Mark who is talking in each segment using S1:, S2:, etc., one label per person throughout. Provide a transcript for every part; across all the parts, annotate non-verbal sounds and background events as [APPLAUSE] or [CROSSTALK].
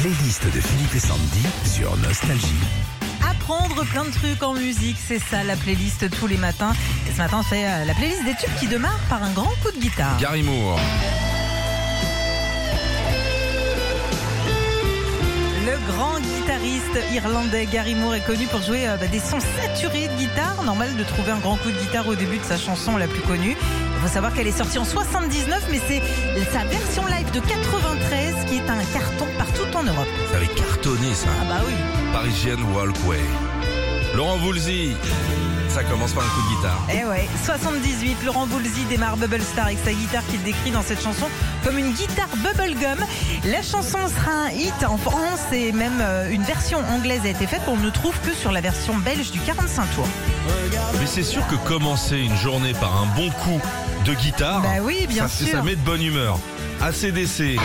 S1: playlist de Philippe et Sandy sur Nostalgie.
S2: Apprendre plein de trucs en musique, c'est ça la playlist tous les matins. Et ce matin, c'est euh, la playlist des tubes qui démarre par un grand coup de guitare.
S3: Gary Moore.
S2: Le grand guitariste irlandais Gary Moore est connu pour jouer euh, bah, des sons saturés de guitare. Normal de trouver un grand coup de guitare au début de sa chanson la plus connue. Il faut savoir qu'elle est sortie en 79, mais c'est sa version live de 93 qui est un carton partout en Europe.
S3: Ça avait cartonné ça.
S2: Ah bah oui.
S3: Parisienne Walkway. Laurent Voulzy. Ça commence par un coup de guitare.
S2: Eh ouais, 78, Laurent Voulzy démarre Bubble Star avec sa guitare qu'il décrit dans cette chanson comme une guitare bubblegum. La chanson sera un hit en France et même euh, une version anglaise a été faite qu'on ne trouve que sur la version belge du 45 tours.
S3: Mais c'est sûr que commencer une journée par un bon coup de guitare,
S2: Bah oui, bien
S3: ça,
S2: sûr.
S3: ça met de bonne humeur. ACDC.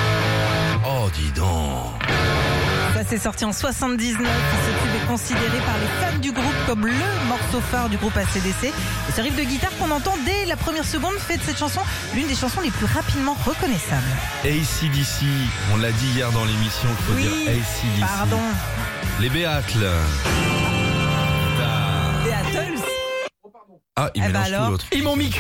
S3: Oh, dis donc.
S2: Ça c'est sorti en 79, ce tube est considéré par les fans du groupe comme le morceau phare du groupe ACDC. Et ce riff de guitare qu'on entend dès la première seconde fait de cette chanson l'une des chansons les plus rapidement reconnaissables.
S3: ACDC. On l'a dit hier dans l'émission qu'il faut
S2: Oui,
S3: dire ACDC.
S2: Pardon,
S3: Les Béatles. Ah.
S2: les Beatles.
S3: Ah, il
S2: Eh ben
S3: mélange
S2: alors
S3: tout l'autre.
S4: Ils m'ont mis que...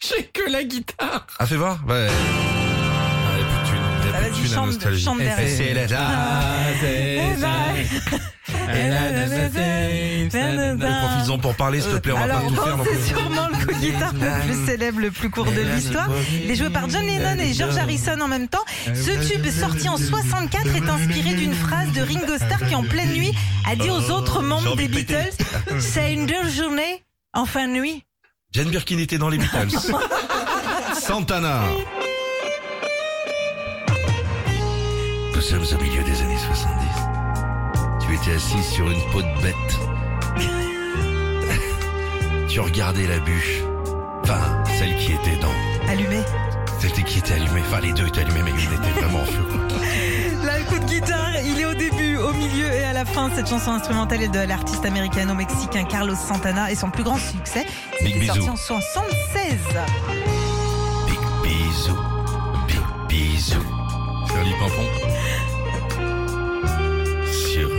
S4: J'ai que la guitare.
S3: Ah, fais voir Ouais. Ah, il y a plus de thunes. Il y a
S2: Ah,
S3: plus de
S2: vas-y,
S3: thunes à
S2: chante-
S3: nostalgie.
S2: chante derrière.
S3: Et c'est la- Ah, c'est
S2: Eh
S3: ça.
S2: ben,
S3: Profites-en pour parler, s'il te plaît. On va
S2: Alors,
S3: pas tout
S2: bon,
S3: faire non
S2: c'est
S3: plus.
S2: sûrement le coup de guitare le plus célèbre, le plus court de l'histoire. Il est joué par John Lennon et George Harrison en même temps. Ce tube sorti en 64 est inspiré d'une phrase de Ringo Starr qui en pleine nuit a dit aux autres membres des Beatles C'est une belle journée en fin de nuit.
S3: Jane Birkin était dans les Beatles. Santana.
S1: Nous sommes au milieu des années 70. Tu étais assis sur une peau de bête. [LAUGHS] tu regardais la bûche. Enfin, celle qui était dans.
S2: Allumé.
S1: Celle qui était allumée. Enfin, les deux étaient allumées, mais une était vraiment en feu.
S2: Là, le coup de guitare, il est au début, au milieu et à la fin. Cette chanson instrumentale est de l'artiste américano-mexicain Carlos Santana et son plus grand succès,
S3: Big
S2: c'était sorti
S3: bisou.
S2: en 76.
S1: Big bisou. Big bisou.
S3: Charlie Pimpon.
S1: Sur le